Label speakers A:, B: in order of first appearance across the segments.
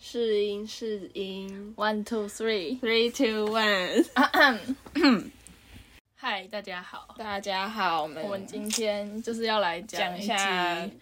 A: 试音试音
B: One two three，
A: ，three two one。
B: 嗨，大家好，
C: 大家好，我们
B: 我们今天就是要来
C: 讲
B: 一
C: 一下
B: 集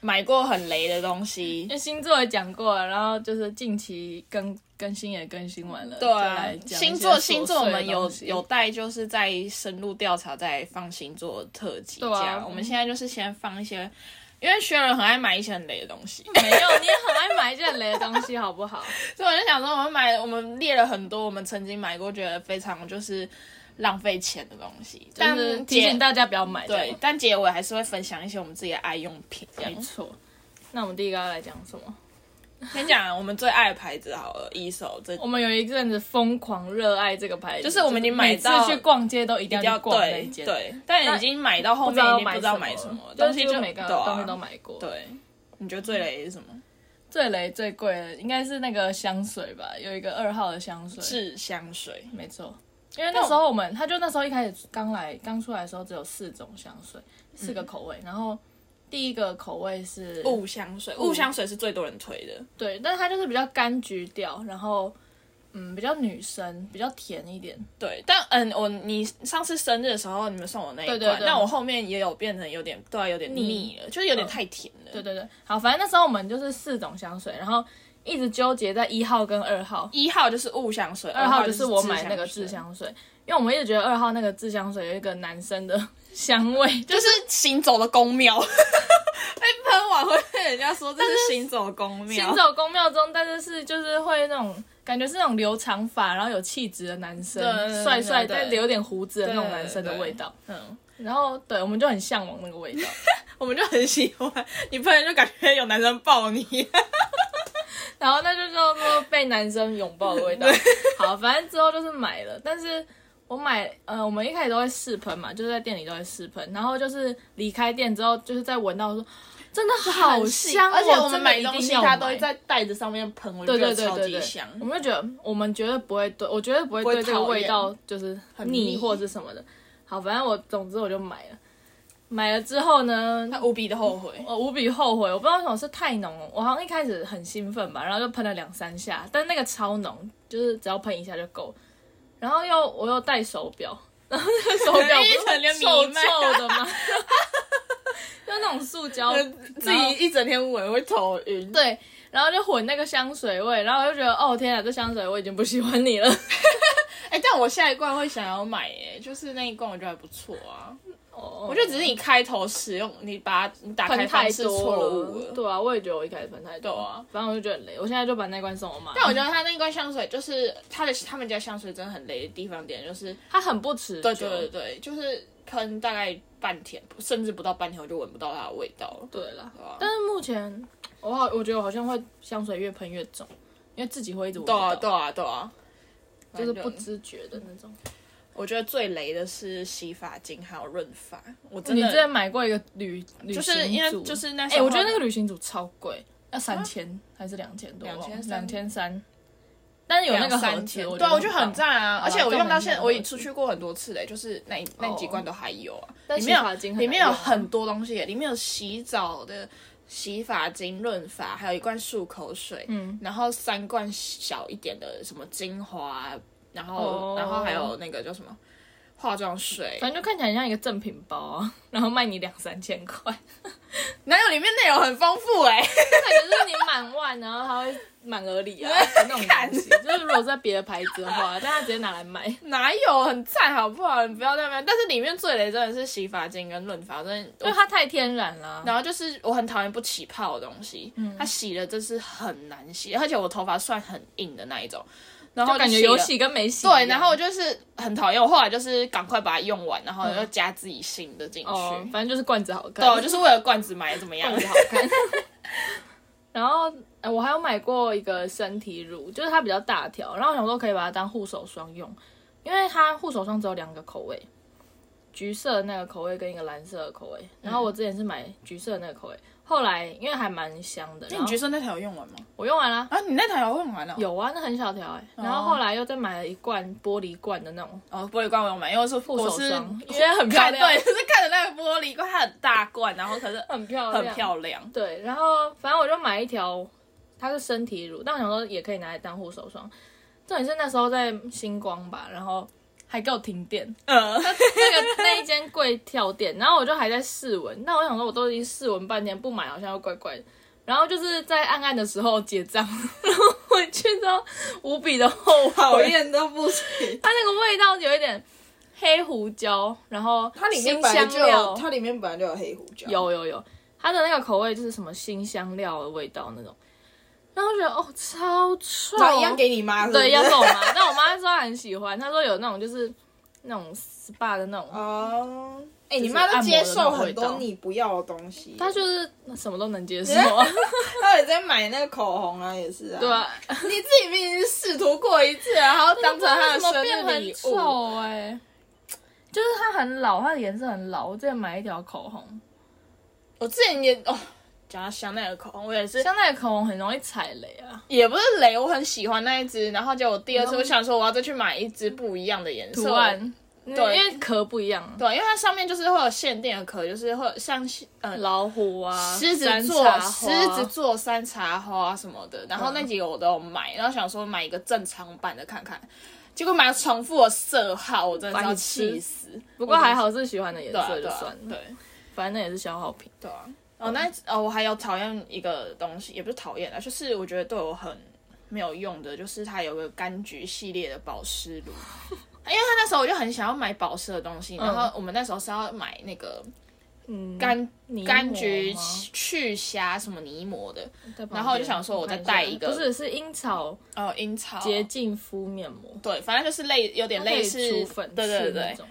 C: 买过很雷的东西
B: 因。为星座也讲过了，然后就是近期更更新也更新完了，嗯
C: 对
B: 就
C: 啊
B: 来，讲一些
C: 星
B: 琐碎
C: 座
B: 的
C: 星座我们有
B: 东西
C: 有待就是在深入调查，再放星座特辑这
B: 对啊
C: 样。我们现在就是先放一些，因为学人很爱买一些很雷的东西，
B: 没有？你也很爱买一些很雷的东西，好不 好？
C: 所以啊我就想说，我们买我们列了很多我们曾经买过觉得非常就是浪费钱的东西，
B: 但
C: 但
B: 是提
C: 结
B: 醒大家不要买。
C: 对，，但结尾还是会分享一些我们自己的爱用品这样
B: 没。错。那我们第一个要来讲什么？
C: 先讲我们最爱的牌子好了，一手这
B: 我们有一阵子疯狂热爱这个牌子，
C: 就是我们已经买
B: 每次
C: 到
B: 去逛街都一定
C: 比较
B: 要去逛那
C: 对
B: 间，，
C: 对，但已经买到后
B: 不知
C: 面
B: 道
C: 已经不知道买什么
B: 就
C: 东
B: 是
C: 西
B: 几乎
C: 就，
B: 每个
C: 对啊
B: 东西都买过。
C: 对。你觉得最雷是什么？
B: 最雷最贵的应该是那个香水吧，有一个二号的香水，
C: 是香水，
B: 没错。因为那时候我们，他就那时候一开始刚来刚出来的时候，只有四种香水，四个口味。
C: 嗯
B: 然后第一个口味是，
C: 雾香水，雾香水是最多人推的，
B: 对，但是它就是比较柑橘调，然后嗯比较女生，比较甜一点。
C: 对。但嗯，我你上次生日的时候，你们送我那一
B: 对
C: 款，
B: 对对
C: 但我后面也有变成有点，对啊，有点腻嗯了，就是有点太甜了。
B: 对对对，好，反正那时候我们就是四种香水，然后一直纠结在一号跟二号。
C: 一号就是雾香水，
B: 二号
C: 号
B: 就
C: 就是
B: 我买那个
C: 制
B: 制，香水，因为我们一直觉得二号那个制香水有一个男生的 香味，
C: 就是行走的公庙， 被喷完会被人家说这是行走的公庙，
B: 行走宫庙中，但是是就是会那种感觉是那种留长发，然后有气质的男生
C: 对对对，对
B: 帅帅
C: 对
B: 但留点胡子的那种男生的味道。
C: 嗯，
B: 然后对，我们就很向往那个味道，
C: 我们就很喜欢，你喷人就感觉有男生抱你，
B: 然后那就叫做被男生拥抱的味 道。好，反正之后就是买了，但是。我买，呃，我们一开始都会试喷嘛，就是在店里都会试喷，然后就是离开店之后，就是在闻到说，真的好香，
C: 而且我
B: 真的
C: 们买
B: 一定
C: 东西
B: 要
C: 它都会
B: 买
C: 在袋子上面喷，我就
B: 对
C: 觉
B: 对
C: 得
B: 对
C: 超
B: 对
C: 级
B: 对，
C: 香。
B: 我们就觉得我们绝对不会对，我绝对不会对这个味道就是
C: 很
B: 腻
C: 腻
B: 或者什么的。好，反正我总之我就买了，买了之后呢，
C: 他无比的后悔，
B: 我呃无比后悔，我不知道为什么是太浓了，我好像一开始很兴奋吧，然后就喷了两三下，但那个超浓，就是只要喷一下就够。然后又我又戴手表，然后那个手表 不
C: 一整天
B: 是
C: 弥
B: 臭
C: 漫
B: 臭的吗？ 就那种塑胶
C: 自己一整天闻会头晕。
B: 对，然后就混那个香水味，然后我就觉得，哦天啊，这香水我已经不喜欢 你了。
C: 哎、但我下一罐会想要买、哎，就是那一罐我觉得还不错啊。
B: 我
C: 我觉得只是你开头使用，你把它你打开
B: 喷太
C: 方式错
B: 多
C: 误了。
B: 对啊，我也觉得我一开始喷太多
C: 对啊，
B: 反正我就觉得很累，我现在就把那罐送我妈。
C: 但我觉得他那一罐香水，就是他的他们家香水真的很雷的地方点，就是
B: 它很不持久，
C: 对对对对，就是可能大概半天，甚至不到半天，我就闻不到它的味道了。
B: 对啦
C: 对啊。
B: 但是目前我好，我觉得我好像会香水越喷越重，因为自己会一直闻
C: 对啊
B: 到，
C: 对啊对啊，
B: 就是不知觉的那种。
C: 我觉得最雷的是洗发精还有润发，我真
B: 你之前
C: 的
B: 买过一个旅旅
C: 就
B: 行
C: 是因为
B: 组
C: 就是那时
B: 哎、
C: 候
B: 我觉得那个旅行组超贵，要三千还是两千多？
C: 2300
B: 两千三。但是有那个盒
C: 三
B: 子
C: 千，，
B: 我
C: 对啊，我觉得
B: 棒
C: 很。赞啊！而且我用到现
B: 重点
C: 在，
B: 是
C: 我也出去过很多次嘞，就是那那几罐都还有啊，
B: 但
C: 里
B: 洗
C: 面有
B: 发精很
C: 里面有
B: 难用啊
C: 很多东西耶，里面有洗澡的洗发精、润发，还有一罐漱口水，
B: 嗯，
C: 然后三罐小一点的什么精华，然后、
B: 哦
C: 然后还有那个叫什么化妆水，
B: 反正就看起来很像一个正品包啊， 然后卖你两三千块，
C: 哪有里面内容很丰富哎、
B: 那可是你满万，然后他会满额礼 啊那种东西。就是如果在别的牌子的话，但他直接拿来卖。
C: 哪有很赞好不好？你不要在那边，但是里面最雷真的是洗发精跟润发，真的
B: 因为。它太天然啦，
C: 然后就是我很讨厌不起泡的东西，
B: 嗯
C: 它洗了真是很难洗，而且我头发算很硬的那一种，然后
B: 就感觉
C: 洗了
B: 有洗跟没洗一样。
C: 对，然后我就是很讨厌，我后来就是赶快把它用完，然后又加自己新的进去，
B: 嗯哦，反正就是罐子好看，
C: 对，我就是为了罐子买的怎么 样
B: 罐？子好看。 然后、呃我还有买过一个身体乳，就是它比较大条，然后我想说可以把它当护手霜用，因为它护手霜只有两个口味，橘色的那个口味跟一个蓝色的口味。然
C: 嗯
B: 后我之前是买橘色的那个口味，后来因为还蛮香的，然后
C: 色那条有用完吗？
B: 我用完啦。
C: 啊，你那条有用完
A: 哦
C: 了、
B: 有啊，那很小条哎、然后后来又再买了一罐玻璃罐的那种
C: 哦，玻璃罐我有买，因为我是护
B: 护手
C: 是
B: 霜，因为很漂
C: 看
B: 亮，
C: 对， 就是看着那个玻璃罐，它很大罐，然后可是
B: 很漂亮，
C: 很漂亮。
B: 对，然后反正我就买一条它是身体乳，但我想说也可以拿来当护手霜。重点是那时候在星光吧，然后还给我停电，
C: 嗯，
B: 那个那一间柜跳电，然后我就还在试闻，那我想说我都已经试闻半天，不买好像又怪怪的。然后就是在暗暗的时候结账，然后回去之后无比的后
A: 讨
B: 悔，
A: 厌到不行。
B: 它那个味道有一点黑胡椒，然后
A: 它里面
B: 新
A: 本来
B: 香
A: 就
B: 料
A: 有，它里面本来就有黑胡椒。
B: 有有有，它的那个口味就是什么新香料的味道那种，然后我觉得哦超臭，
A: 那一样给你妈是不是
B: 对一样给我妈， 但我妈说她很喜欢，她说有那种就是那种 SPA 的那种，
A: 哦，哎、你
B: 就是
A: 妈都
B: 按摩
A: 接
B: 的
A: 受
B: 那种味
A: 很
B: 道
A: 多你不要的东西，
B: 她就是什么都能接受，
A: 她也在买那个口红啊，也是啊。
B: 对、啊，
A: 你自己明明试图过一次、啊，然后当成她的
B: 为什 么
A: 生
B: 变
A: 日
B: 很
A: 礼物。
B: 丑哎、就是它很老，它的颜色很老。我之前买一条口红，
C: 我之前也哦，讲到香奈儿口红，我也是，
B: 香奈儿口红很容易踩雷啊，
C: 也不是雷，我很喜欢那一支，然后结果第二次我想说我要再去买一支不一样的颜色，
B: 嗯图案，对
C: 对
B: 因为壳不一样啊，
C: 对，因为它上面就是会有限定的壳，就是会有像呃
B: 老虎啊，
C: 狮子
B: 山
C: 座、
B: 茶
C: 狮
B: 花嗯
C: 子座山茶花什么的，然后那几个我都有买，然后想说买一个正常版的看看，结果买了重复的色号，我真的是要
B: 白痴
C: 气死。
B: 不过还好是喜欢的颜
C: 对啊，
B: 色就
C: 对啊
B: 算了，
C: 对
B: 反正那也是消耗品。
C: 对啊。哦，那哦，我还有讨厌一个东西，也不是讨厌啊，就是我觉得对我很没有用的，就是它有个柑橘系列的保湿 乳，因为它那时候我就很想要买保湿的东西，然后我们那时候是要买那个
B: 嗯，
C: 柑
B: 泥膜
C: 柑橘
B: 吗
C: 去虾什么泥膜的，
B: 啊在旁边
C: 然后我就想说我再带一个
B: 不是是樱草
C: 哦，樱草
B: 洁净敷面膜，
C: 对，反正就是类有点
B: 它可
C: 类
B: 以
C: 似
B: 除粉
C: 对对
B: 刺
C: 对
B: 那。种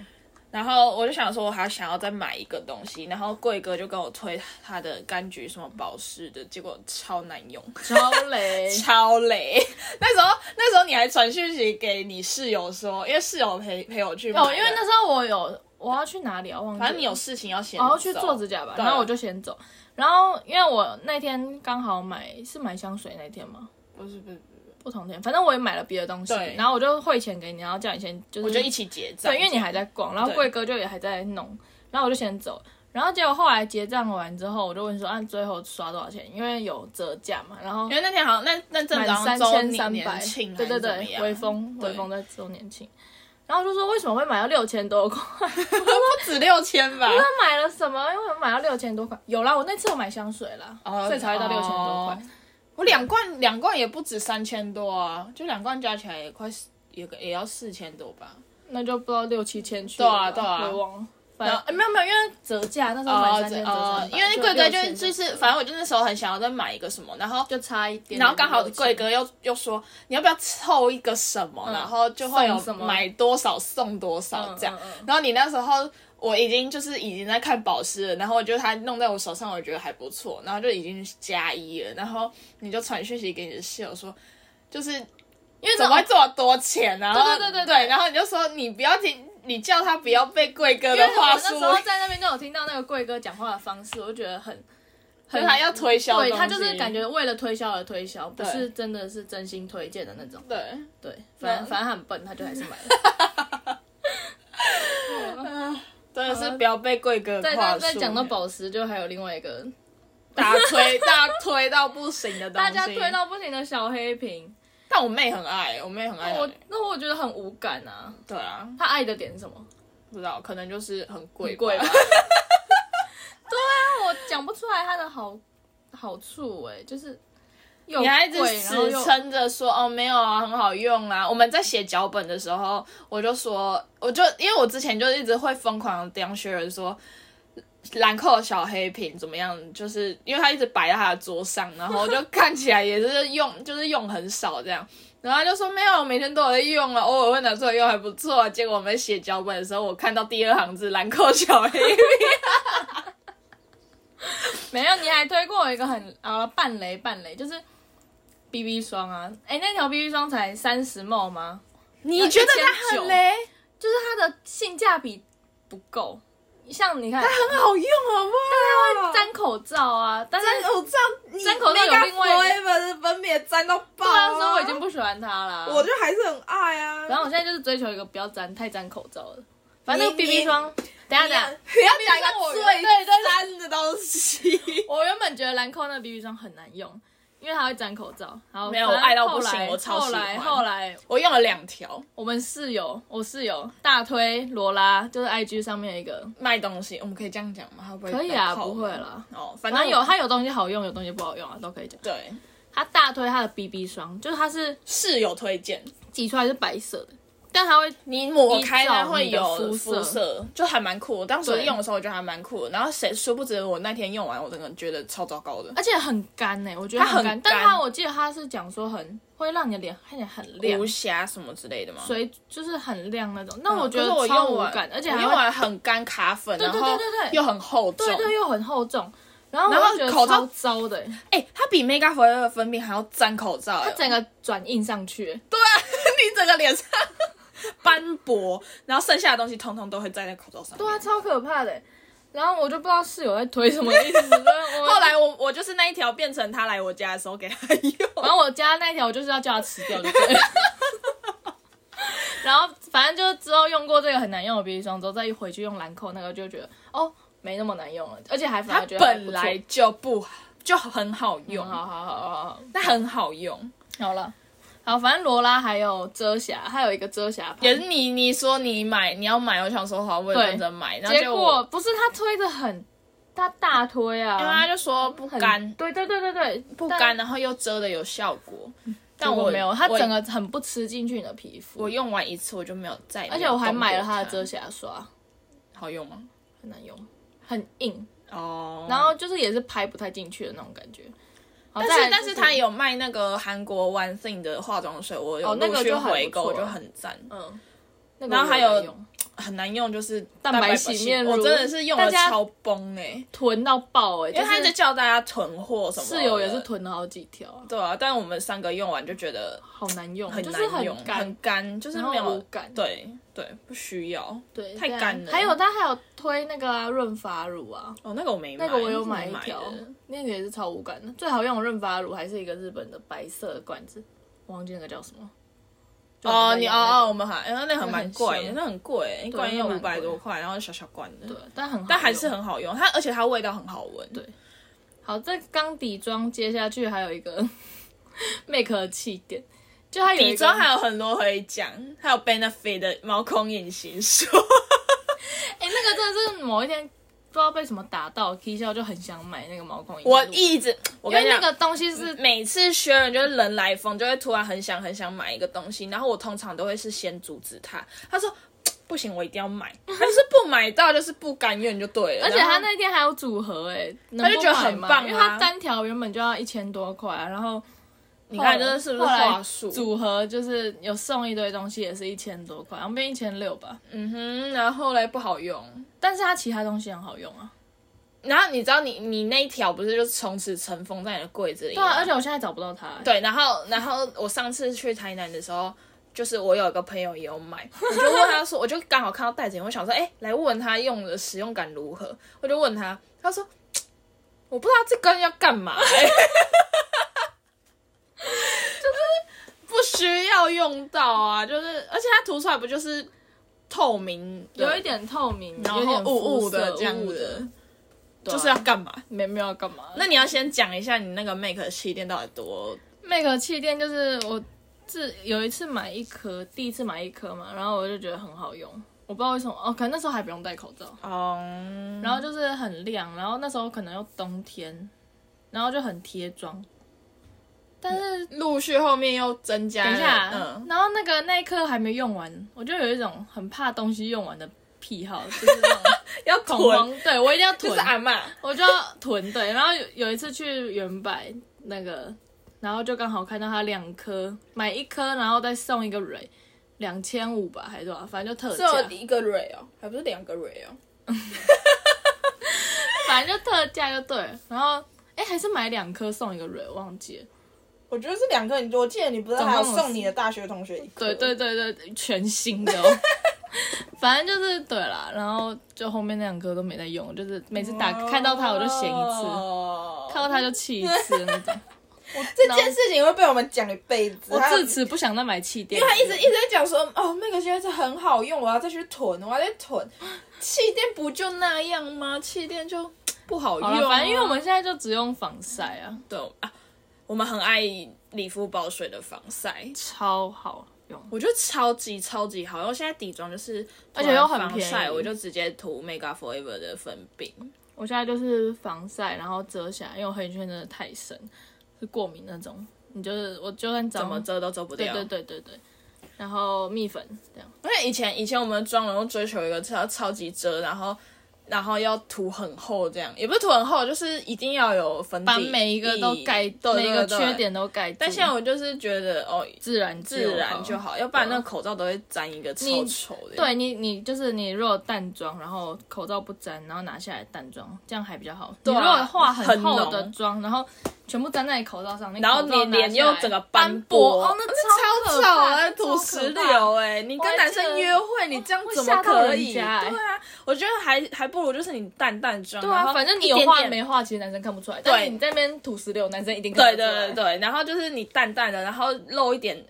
C: 然后我就想说，我还想要再买一个东西，然后贵哥就跟我推他的柑橘什么保湿的，结果超难用，。
B: 超雷
C: 超雷。 那时候那时候你还传讯息给你室友说，因为室友陪陪我去买的，
B: 哦，因为那时候我有我要去哪里啊？忘记了
C: 反正你有事情要先，
B: 然后哦去做指，甲吧，
C: 对
B: 然后我就先走。然后因为我那天刚好买是买香水那天嘛，
C: 不是不是，
B: 不同天，反正我也买了别的东西
C: 对，
B: 然后我就汇钱给你，然后叫你先就是
C: 我就一起结账，
B: 对，因为你还在逛，然后
C: 对
B: 贵哥就也还在弄，然后我就先走。然后结果后来结账完之后，我就问说，按、最后刷多少钱？因为有折价嘛。然后
C: 因为那天好像那那阵子
B: 满
C: 好像
B: 三
C: 周
B: 千
C: 年
B: 三
C: 年
B: 百
C: 庆，还
B: 对
C: 是
B: 对
C: 怎么
B: 对，
C: 样
B: 微风
C: 对
B: 微风在周年庆。然后就说为什么会买到六千多块？
C: 不止六千吧，
B: 他买了什么？因为买到六千多块，有啦，我那次我买香水啦，
C: 哦
B: 所以才会到六千多块
C: 哦。我两罐两罐也不止三千多啊，就两罐加起来也快四也也要四千多吧。
B: 那就不知道六七千去
C: 对啊
B: 了吧
C: 对啊
B: 我也忘了。反
C: 然
B: 正
C: 后、
B: 哎没有没有，因为折价那时候买三千折
C: 哦，
B: 三百
C: 因为贵哥就
B: 6000
C: 就是，反正我就那时候很想要再买一个什么，然后
B: 就差一点点，
C: 然后刚好
B: 6000
C: 贵哥又又说你要不要凑一个什么，然后就会有
B: 嗯送什么
C: 买多少送多少这样。
B: 嗯嗯嗯
C: 然后你那时候我已经就是已经在看保湿了，然后我就他弄在我手上，我觉得还不错，然后就已经加一了。然后你就传讯息给你的室友说，就是
B: 因为
C: 怎么会这么多钱呢、然
B: 对
C: 后
B: 对对对
C: 对，然后你就说你不要听，你叫他不要被贵哥
B: 因
C: 的
B: 为我
C: 话
B: 那
C: 术
B: 时，候在那边就有听到那个贵哥讲话的方式，我就觉得很
C: 就
B: 很
C: 是他要推销东西，
B: 对他就是感觉为了推销而推销，不
C: 对
B: 是真的是真心推荐的那种。
C: 对。
B: 对，反正
C: 对
B: 反正他很笨，他就还是买 了。
C: 真的是不要被贵哥的
B: 再
C: 话
B: 再
C: 术。
B: 再讲到宝石，就还有另外一个
C: 大推大推到不行的东
B: 大
C: 西，
B: 家推到不行的小黑瓶，
C: 但我妹很爱，我妹很爱。
B: 哦我那我觉得很无感啊。
C: 对啊，
B: 他爱的点是什么？
C: 不知道，可能就是很贵
B: 很贵吧？
C: 吧。
B: 对啊，我讲不出来它的好好处哎、就是又
C: 你还一直
B: 贵，然后
C: 死
B: 又
C: 撑着说哦没有啊，很好用啊。我们在写脚本的时候，我就说，我就因为我之前就一直会疯狂地 down share 说，兰蔻的小黑瓶怎么样？就是因为他一直摆在他的桌上，然后就看起来也是用，就是用很少这样。然后他就说没有，我每天都有在用啊，偶尔会拿出来用，还不错、啊。结果我们在写脚本的时候，我看到第二行字兰蔻小黑瓶，
B: 没有，你还推过我一个很啊半雷半雷，就是 BB 霜啊，哎、那条 BB 霜才三十毛吗？
C: 你觉得它很雷？
B: 就是它的性价比不够，像你看
C: 很好用，啊好不好？
B: 粘口罩啊，但是
C: 口罩，你
B: 粘口罩有另外一
C: Mega Forever 分别粘到爆、
B: 对啊，说我已经不喜欢它啦。
A: 我就还是很爱啊。
B: 然后我现在就是追求一个不要粘太粘口罩的，反正那个
A: 你
B: BB 霜，等一下等一下。
C: 啊
A: 不要
C: 讲一个最
A: 脏的东西。
B: 我原本觉得兰蔻那 BB 霜很难用，因为它会粘口罩。然后
C: 没有
B: 反正
C: 我爱到不行
B: 后来
C: 我超
B: 后
C: 喜
B: 来
C: 欢
B: 后来，
C: 我用了两条
B: 我们室友，我室友大推罗拉，就是 IG 上面有一个，
C: 卖东西，我们可以这样讲吗？他会不会
B: 可以啊，
C: 被扣
B: 不会啦。
C: 哦，反
B: 反
C: 正
B: 正有它有东西好用，有东西不好用啊，都可以讲。
C: 对
B: 它大推它的 BB 霜，就是它是
C: 室友推荐，
B: 挤出来是白色的，但它会
C: 你抹开它会
B: 依
C: 有
B: 照你的
C: 肤
B: 肤色
C: 色，就还蛮酷。我当时
B: 对
C: 用的时候我觉得还蛮酷的，然后谁殊不知我那天用完，我真的觉得超糟糕的，
B: 而且很干欸呢、我觉得
C: 它
B: 很
C: 很
B: 干。
C: 干
B: 但它我记得它是讲说很会让你的脸看起来很亮
C: 无，瑕什么之类的嘛。
B: 所以就是很亮那种。那我觉
C: 可
B: 得
C: 是我
B: 超
C: 用
B: 无
C: 完，
B: 感，而且
C: 我
B: 还
C: 用
B: 会
C: 完很干卡粉，
B: 对对
C: 然后
B: 对对对
C: 又很厚重。
B: 对对又很厚重，然后
C: 然后
B: 我就觉得
C: 口罩
B: 超糟的、
C: 哎、它比 Mega Forever 的粉饼还要粘口罩、哎
B: 它整个转印上去、欸
C: 你整个脸上斑驳，然后剩下的东西通通都会粘在口罩上面。
B: 对啊，超可怕的欸。然后我就不知道室友在推什么意思，我
C: 后来我我就是那一条变成他来我家的时候给他用，
B: 反正 我家那条我就是要叫他吃掉就对了。然后反正就是之后用过这个很难用的 BB 霜之后，再一回去用兰蔻那个，就觉得哦没那么难用了，而且还反
C: 它
B: 而觉得还不
C: 本
B: 错
C: 来就不就很好用，
B: 好嗯好好好好
C: 那很好用。
B: 好了，好反正罗拉还有遮瑕，还有一个遮瑕盘
C: 也是你你说你买你要买，我想说好，我也
B: 对
C: 跟着买，然后
B: 结
C: 就
B: 果不是他推的很，他大推啊，
C: 因为他就说不
B: 很
C: 干
B: 对对对对对，
C: 不
B: 但嗯
C: 干，然后又遮的有效果，但
B: 结果
C: 我
B: 没有，它
C: 我
B: 整个很不吃进去你的皮肤。
C: 我用完一次我就没有再，
B: 而且我还买了它
C: 它
B: 的遮，瑕刷，
C: 好用吗？
B: 很难用，很硬，
C: 哦，
B: 然后就是也是拍不太进去的那种感觉。好
C: 但
B: 再
C: 是
B: 来
C: 但
B: 就是
C: 他有卖那个韩国 One Thing 的化妆水，我有
B: 哦那个
C: 陆续
B: 就还不
C: 回购，我
B: 错
C: 就
B: 啊
C: 很赞，
B: 嗯，那个
C: 然后还
B: 我
C: 有
B: 用
C: 很难用，就是
B: 蛋白洗面乳
C: 我真的是用了
B: 大家
C: 超崩哎、
B: 囤到爆哎、欸，
C: 因为他
B: 就
C: 就是叫大家囤货什么的，
B: 室友也是囤了好几条啊，
C: 对啊，但我们三个用完就觉得
B: 好难用，
C: 很
B: 就是
C: 难用，
B: 很
C: 很
B: 干，
C: 干，就是
B: 然后
C: 没有
B: 无感
C: 对对，不需要，
B: 对，
C: 太
B: 对啊
C: 干了。
B: 还有他还有推那个啊润、发乳啊，
C: 哦，那个我没买，
B: 那个我有买
C: 买
B: 一条
C: 的，
B: 那个也是超无感的。最好用的润发乳还是一个日本的白色的罐子，我忘记那个叫什么。就我
C: 哦，
B: 们在
C: 你
B: 用
C: 哦
B: 那个
C: 哦，我们还，那那很蛮贵的，
B: 那个很香
C: 那很贵，一罐
B: 那
C: 要
B: 个
C: 五
B: 蛮贵
C: 百
B: 的
C: 多块，然后小小罐的，
B: 对，但很好
C: 哦但还是
B: 用
C: 很好用，它而且它味道很好闻，
B: 对好，这钢底妆接下去还有一个 make 的气垫，就它有一
C: 底
B: 个
C: 妆还有很多可以讲，还有 Benefit 的毛孔隐形术，
B: 哎、那个真的是某一天不知道被什么打到，K 笑就很想买那个毛孔
C: 我
B: 一，
C: 一直我
B: 因
C: 跟
B: 为
C: 你
B: 那
C: 讲。嗯
B: 个东西是
C: 每次学人就是人来疯，就会突然很想很想买一个东西，然后我通常都会是先阻止他，他说嘖不行，我一定要 买，他就是不买到就是不甘愿就对了，
B: 而且他
C: 然后
B: 那天还有组合哎、能
C: 他就
B: 不
C: 觉得
B: 买
C: 很
B: 吗
C: 棒
B: 因为
C: 啊
B: 它单条原本就要一千多块啊、然后
C: 你看这是不
B: 后
C: 是
B: 来
C: 话术？
B: 组合就是有送一堆东西，也是一千多块，然后变一千六吧。
C: 嗯哼，然后后来不好用。
B: 但是它其他东西很好用啊，
C: 然后你知道你你那一条不是就从此尘封在你的柜子里
B: 对
C: 吗？
B: 啊，而且我现在找不到它、欸，
C: 对，然后然后我上次去台南的时候，就是我有一个朋友也 有买，我就问他说，我就刚好看到戴子颖，我想说，哎、来问他用的使用感如何，我就问他，他说。嘖我不知道这根要 干嘛、欸，就是不需要用到啊，就是而且它涂出来不就是透明的，
B: 有一点透明，
C: 然
B: 有
C: 后
B: 点
C: 雾雾
B: 肤色
C: 的这样
B: 雾
C: 子
B: 的，，
C: 就
B: 就是是
C: 要
B: 要
C: 干嘛？
B: 没没有要干嘛。
C: 那你要先讲一下你那个 Make 的气垫到底多
B: Make 气垫就是我自有一次买一颗，第一次买一颗嘛，然后我就觉得很好用，我不知道为什么哦，可能那时候还不用戴口罩，
C: 嗯，
B: 然后就是很亮，然后那时候可能又冬天，然后就很贴妆。但是
C: 陆续后面又增加了，
B: 等一下，
C: 嗯，
B: 然后那个那一颗还没用完，我就有一种很怕东西用完的癖好，就是那种
C: 要
B: 恐
C: 囤，
B: 慌，对我一定要囤
C: 就，是阿嬷，
B: 我就要囤对，然后有有一次去原百那个，然后就刚好看到它两颗，买一颗，然后再送一个蕊，两千五吧还是多少，反正就特
C: 只有
B: 价，
C: 一个蕊哦，还不是两个蕊哦，
B: 反正就特价就对了。然后哎、还是买两颗送一个蕊，忘记了。
C: 我觉得是两个，你哦我记得你不是
B: 还有送你
C: 的大学同学一个
B: 对对对对，全新的、哦。 反正就是对啦，然后就后面那两颗都没在用，就是每次打啊看到它我就嫌一次，
C: 次
B: 看到它就气一次那种。
D: 这件事情会被我们讲一辈子。
B: 我
D: 还有
B: 自此不想再买气垫
D: 因为，他一直一直在讲说，哦，那个现在是很好用，我要再去囤，我要再囤。
C: 气垫不就那样吗？气垫就不
B: 好
C: 好用啊，
B: 了，反正因为我们现在就只用防晒啊。
C: 对啊，我们很爱理肤保水的防晒，
B: 超好用。
C: 我觉得超级超级好用。现在底妆就是，而
B: 且又很
C: 防
B: 便宜
C: 晒，我就直接涂 Mega Forever 的粉饼。
B: 我现在就是防晒，然后遮瑕，因为我黑眼圈真的太深，是过敏那种。你就是我就算
C: 怎
B: 怎
C: 么遮都遮不
B: 对
C: 掉。
B: 对对对对，然后蜜粉这样，
C: 因为以前以前我们的妆容都追求一个超超级遮，然后然后要涂很厚，这样也不是涂很厚，就是一定要有粉底，
B: 把每一个都盖，
C: 对
B: 每一个
C: 对对
B: 缺点都盖住。
C: 但现在我就是觉得哦，
B: 自然
C: 自然就
B: 就
C: 好，要不然那个口罩都会沾一个超丑的。
B: 对你，你就是你，如果淡妆，然后口罩不沾，然后拿下来淡妆，这样还比较好。
C: 对啊
B: 你如果化
C: 很浓
B: 厚的妆，然后全部粘在你口罩上，
C: 然后你脸又整个
B: 斑
C: 驳，
B: 哦，
C: 那
B: 那
C: 超丑
B: 啊，
C: 啊，土石流哎、你跟男
B: 我还
C: 生
B: 记得
C: 约会，你这样
B: 会
C: 怎
B: 吓
C: 么
B: 到
C: 可
B: 人
C: 以？对
B: 家欸
C: 啊，我觉得还还不如就是你淡淡妆，
B: 对
C: 然
B: 啊，
C: 后
B: 反正你
C: 一
B: 有
C: 点
B: 画
C: 点
B: 没画，其实男生看不出来。但是
C: 对
B: 你在那边土石流，男生一定看
C: 对
B: 得出
C: 对
B: 来。
C: 对对，然后就是你淡淡的，然后露一点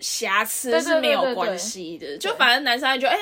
C: 瑕疵
B: 对对
C: 是没
B: 对
C: 有
B: 对
C: 关系的，就反正男生会觉得哎、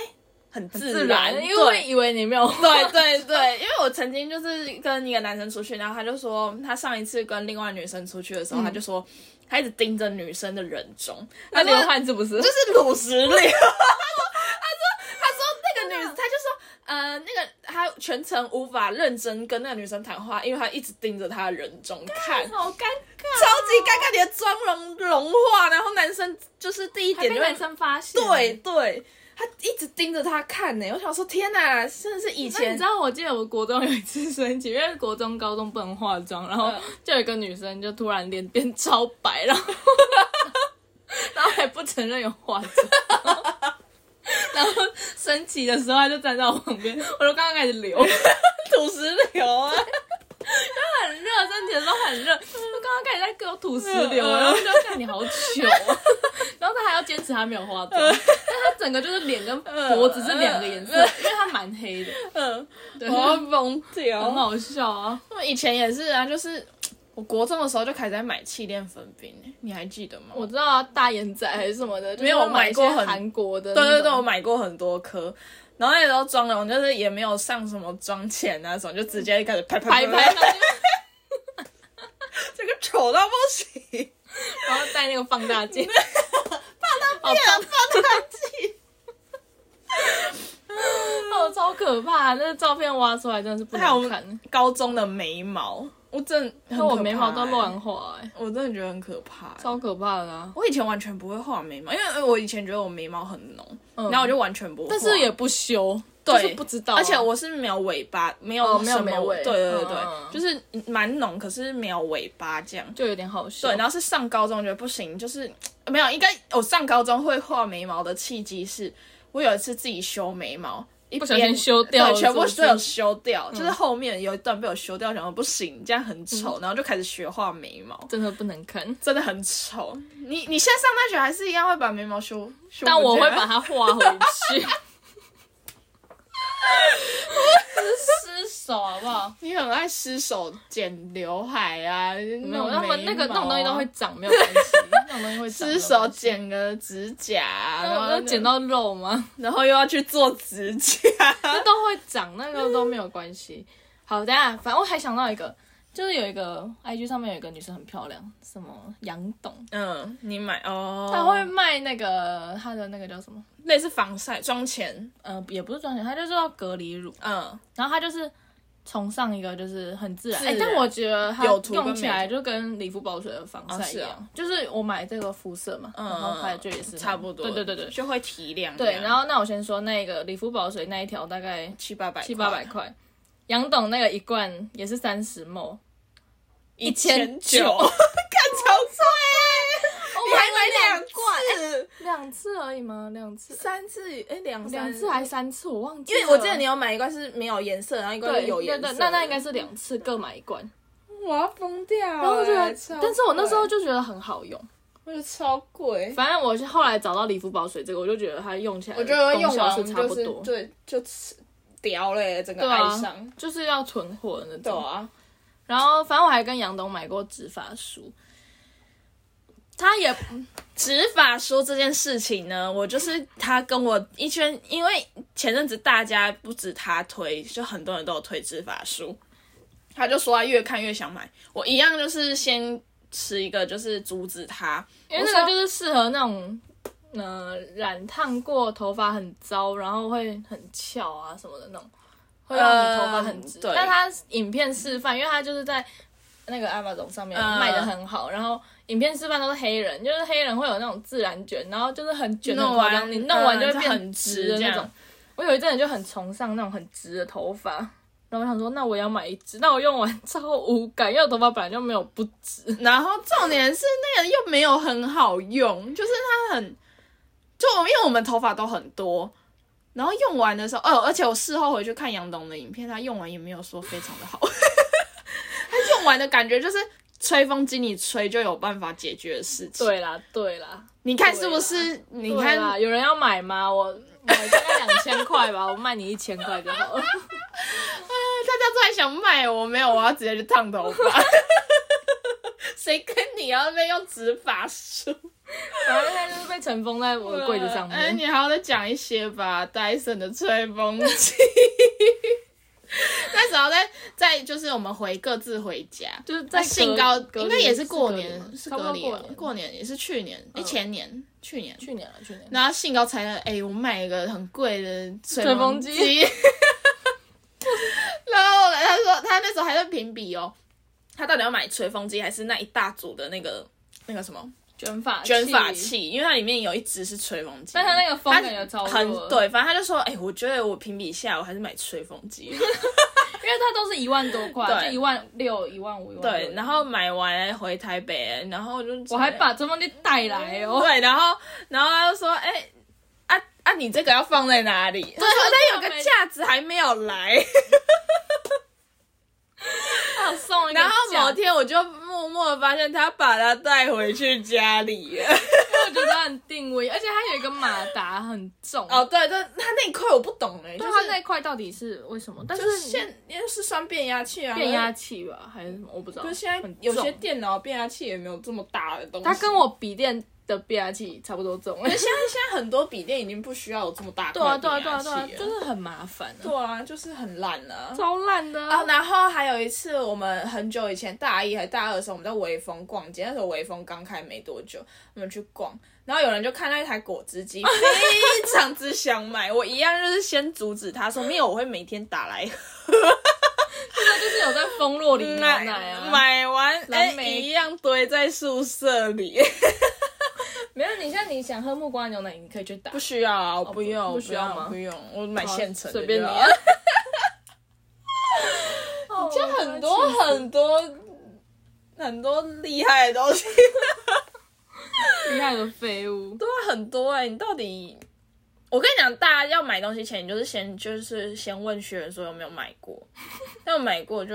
C: 很自
B: 自然，因为会
C: 对
B: 以为你没有画。
C: 对对对，因为我曾经就是跟一个男生出去，然后他就说他上一次跟另外女生出去的时
B: 嗯
C: 候，他就说他一直盯着女生的人中，
B: 那
C: 他
B: 流汗是不是？就是
C: 是乳石 流。他说，他说那个女，他就说，呃，那个他全程无法认真跟那个女生谈话，因为他一直盯着她的人中 看，超
B: 好尴尬，
C: 级尴尬，你的妆容融化，然后男生就是第一
B: 还
C: 点
B: 被
C: 就
B: 男
C: 会，
B: 生发现。
C: 对对，他一直盯着她看呢、我想说，天哪，真的是以
B: 那你
C: 前
B: 知道，我记得我国中有一次生气，因为国中、高中不能化妆，然后
C: 嗯
B: 就有一个女生就突然脸变超白，然 后然后还不承认有化妆。然后升旗的时候，她就站在我旁边，我就刚刚开始流，很
C: 土石流啊，
B: 热，升旗的时候很热，我刚刚开始在给我吐石流，
C: 嗯嗯嗯
B: 然后就看你好糗、啊，然后她还要坚持她没有化妆，但
C: 嗯
B: 她整个就是脸跟脖子是两个颜色，因为她蛮黑的，
C: 嗯，
B: 对，
C: 我要疯
B: 很
C: 掉。
B: 好笑啊。
C: 我以前也是啊，就是我国中的时候就开始在买气垫粉饼、你还记得吗？
B: 我知道啊，大眼仔还是什么的，就是
C: 没有
B: 会买一些
C: 买过很
B: 韩国的那
C: 对
B: 种，
C: 对对，我买过很多颗，然后那时候妆容就是也没有上什么妆前啊什么，就直接开始拍
B: 拍
C: 拍
B: 拍，
C: 拍，这个丑到不行。
B: 然后戴那个放大镜，放大镜，放大 镜，哦，超可怕！那个照片挖出来真的是不
C: 还有我
B: 好看
C: 们，高中的眉毛，我真的
B: 那
C: 很
B: 我
C: 可
B: 眉
C: 怕
B: 毛都
C: 欸，
B: 乱画，哎，
C: 我真的觉得很可怕欸。
B: 超可怕的啊！
C: 我以前完全不会画眉毛，因为呃我以前觉得我眉毛很浓，然后我就完全不会画，
B: 但是也不修，
C: 对
B: 就是不知道啊，
C: 而且我是没有尾巴，没
B: 哦
C: 有
B: 没有
C: 什么
B: 眉尾
C: 对对对对
B: 嗯嗯嗯
C: 就是蛮浓，可是没有尾巴这样。
B: 就有点好笑，
C: 对，然后是上高中觉得不行，就是没有，应该我上高中会画眉毛的契机是，我有一次自己修眉毛，一
B: 不小
C: 边
B: 心修掉了
C: 对，全
B: 是
C: 部
B: 嗯不
C: 都
B: 是
C: 有修掉，就是后面有一段被我修掉，想说不行，这样很
B: 嗯
C: 丑，然后就开始学画眉毛，
B: 真的不能看。
C: 真的很丑。你你现在上大学还是一样会把眉毛修，修
B: 但我
C: 不见
B: 会把它画回 去，这是失手好不好？
C: 你很爱失手剪刘海啊，没
B: 没有，他们那个那种东西都会长，没有关系， 那种东西会长。
C: 失手，剪个指甲啊，
B: 然后
C: 然后
B: 剪，到肉 吗？
C: 然后又要去做指甲。
B: 那都会长，那个都没有关系。好，等一下，反正我还想到一个，就是有一个 IG 上面有一个女生很漂亮，什么杨董，
C: 嗯，你买哦，
B: 她会卖那个她的那个叫什么？
C: 类似防晒妆前，
B: 呃，也不是妆前，她就是要隔离乳，
C: 嗯，
B: 然后她就是。崇尚一个就是很自然，
C: 自
B: 哎、
C: 然
B: 但我觉得它
C: 有涂跟
B: 用起
C: 没涂
B: 来就跟理肤保水的防
C: 哦
B: 晒一
C: 是
B: 样，
C: 啊
B: 就是我买这个肤色嘛，嗯然后它就也是那
C: 嗯差不多，
B: 对对对对，
C: 就会提亮这
B: 对，
C: 样，
B: 然后那我先说那个理肤宝水那一条大概
C: 七八啊百，
B: 七八百，块，杨董那个一罐也是三十
C: Oh
B: ml，
C: 一
B: 千
C: 千
B: 九
C: 九， 看超贵，
B: 我
C: 你还买两罐，
B: 两次而已吗？两次，
D: 三次哎两
B: 两次还三次，我忘记
C: 因
B: 了，
C: 为我记得你有买一罐是没有颜色，然后一罐
B: 对
C: 是有颜
B: 对
C: 色，
B: 对，那那应该是两次各买一罐，
D: 我要疯掉、然
B: 然
C: 哦
B: 后我觉得，但是我那时候就觉得很好用，
D: 我觉得超贵，
B: 反正我是后来找到理肤宝水这个，我就觉得它用起来
C: 我觉得
B: 功
C: 用
B: 效
C: 完
B: 是差
C: 就
B: 不
C: 是
B: 多，
C: 对，就吃屌嘞，整个
B: 对
C: 爱
B: 啊
C: 上，
B: 就是要囤货的那
C: 对
B: 种。
C: 啊，
B: 然后反正我还跟杨董买过直发梳，他也
C: 直发梳这件事情呢，我就是他跟我一圈，因为前阵子大家不止他推，就很多人都有推直发梳，他就说他越看越想买。我一样就是先吃一个就是阻止它，
B: 因为那个就是适合那种，呃，染烫过头发很糟，然后会很翘啊什么的那种，会让你头发很直。
C: 嗯对
B: 但他影片示范，因为他就是在那个 Amazon 上面
C: 嗯
B: 卖的很好，然后影片示范都是黑人，就是黑人会有那种自然卷，然后就是很卷的
C: 弄
B: 夸
C: 完
B: 张，你
C: 嗯
B: 弄完就会
C: 就
B: 变
C: 很直
B: 的那
C: 这
B: 种
C: 样。
B: 我有一阵子就很崇尚那种很直的头发，然后我想说，那我也要买一支，但我用完超无感，因为我头发本来就没有不直。
C: 然后重点是那个又没有很好用，就是它很，就因为我们头发都很多，然后用完的时候，哦，而且我事后回去看杨董的影片，他用完也没有说非常的好， 他用完的感觉就是吹风机你吹就有办法解决的事情。，
B: 对啦，对啦。
C: 你看是不是？你
B: 对啊
C: 看
B: 啦，有人要买吗？我我大概两千块吧，我 卖你一千块就 好了。
C: 大家都还想卖我，没有，我要直接去烫头发。 谁跟你要那边用直发梳？
B: 然后现在就是被尘封在我的柜子上
C: 哎，
B: 面。
C: 你还要再讲一些吧，戴森的吹风机。那时候在在就是我们回各自回家，
B: 就是在
C: 在兴
B: 隔
C: 高
B: 隔离
C: 应该也是过
B: 隔离
C: 年，
B: 吗
C: 是
B: 差不
C: 隔
B: 多
C: 离
B: 过
C: 了
B: 年。嗯
C: 过年也是去年，哎、前年，去年。
B: 去年了，去年。
C: 然后兴高采烈，哎、我买一个很贵的吹
B: 吹
C: 风
B: 风
C: 机。 然后后来他说，他那时候还在评比哦，他到底要买吹风机还是那一大组的那个那个什么
B: 卷发
C: 卷发，器？因为它里面有一只是吹风机，
B: 但它那个风
C: 他
B: 感觉超弱
C: 很，对，反正他就说，哎、我觉得我评比一下，我还是买吹风机。
B: 因为它都是一万多块，
C: 对
B: 就一万六、一万五、一万
C: 对，然
B: 后
C: 后买完回台北，然后就
B: 我还把吹风机带来哦。
C: 对，然后然后他就说，哎、啊啊，你这个要放在哪里？对，他有个架子还没有来。
B: 他有送一个
C: 然
B: 架
C: 后
B: 子，
C: 某天我就默默地发现他把它带回去家里了。
B: 我觉得它很定位，而且它有一个马达很重。
C: 哦，，对对，他那一块我不懂哎、就
B: 就是它
C: 是
B: 那块到底是为什么？但
D: 就是
B: 是
D: 现那是算变压器啊，
B: 变压器吧，还是什么？我不知道。
D: 可是现在
B: 很
D: 有些
B: 重
D: 电脑变压器也没有这么大的东西。
B: 它跟我笔电的变压器差不多重。
D: 现在现在很多笔电已经不需要有这么大
B: 对啊，对啊，
D: 块的变
B: 对啊，
D: 压器了
B: 对啊，就是很麻烦、啊，
D: 对啊，就是很烂啊。
B: 超烂的啊、
D: 啊，然后还有一次，我们很久以前大一还大二的时候，我们在微风逛街，那时候微风刚开没多久，我们去逛，然后有人就看到一台果汁 机，
C: 非常之想买，我一样就是先阻止他说，没有，我会每天 打来
B: 啊就是有在风落里牛奶 啊，
C: 买完哎、
B: 蓝莓
C: 一样堆在宿舍里。
B: 没有。你像你想喝木瓜牛奶，你可以去打，
C: 不需要啊，我不用，
B: 不
C: 我
B: 需要
C: 用
B: 吗
C: 不用，我买现成的
B: 随便你、
C: 就
B: 啊
C: 好。
B: 哦
C: 就很多很多很多厉害的东西，
B: 厉害的废物，
C: 对啊，很多哎、你到底？我跟你讲，大家要买东西前，你就是先就是先问学员说有没有买 过，要买过就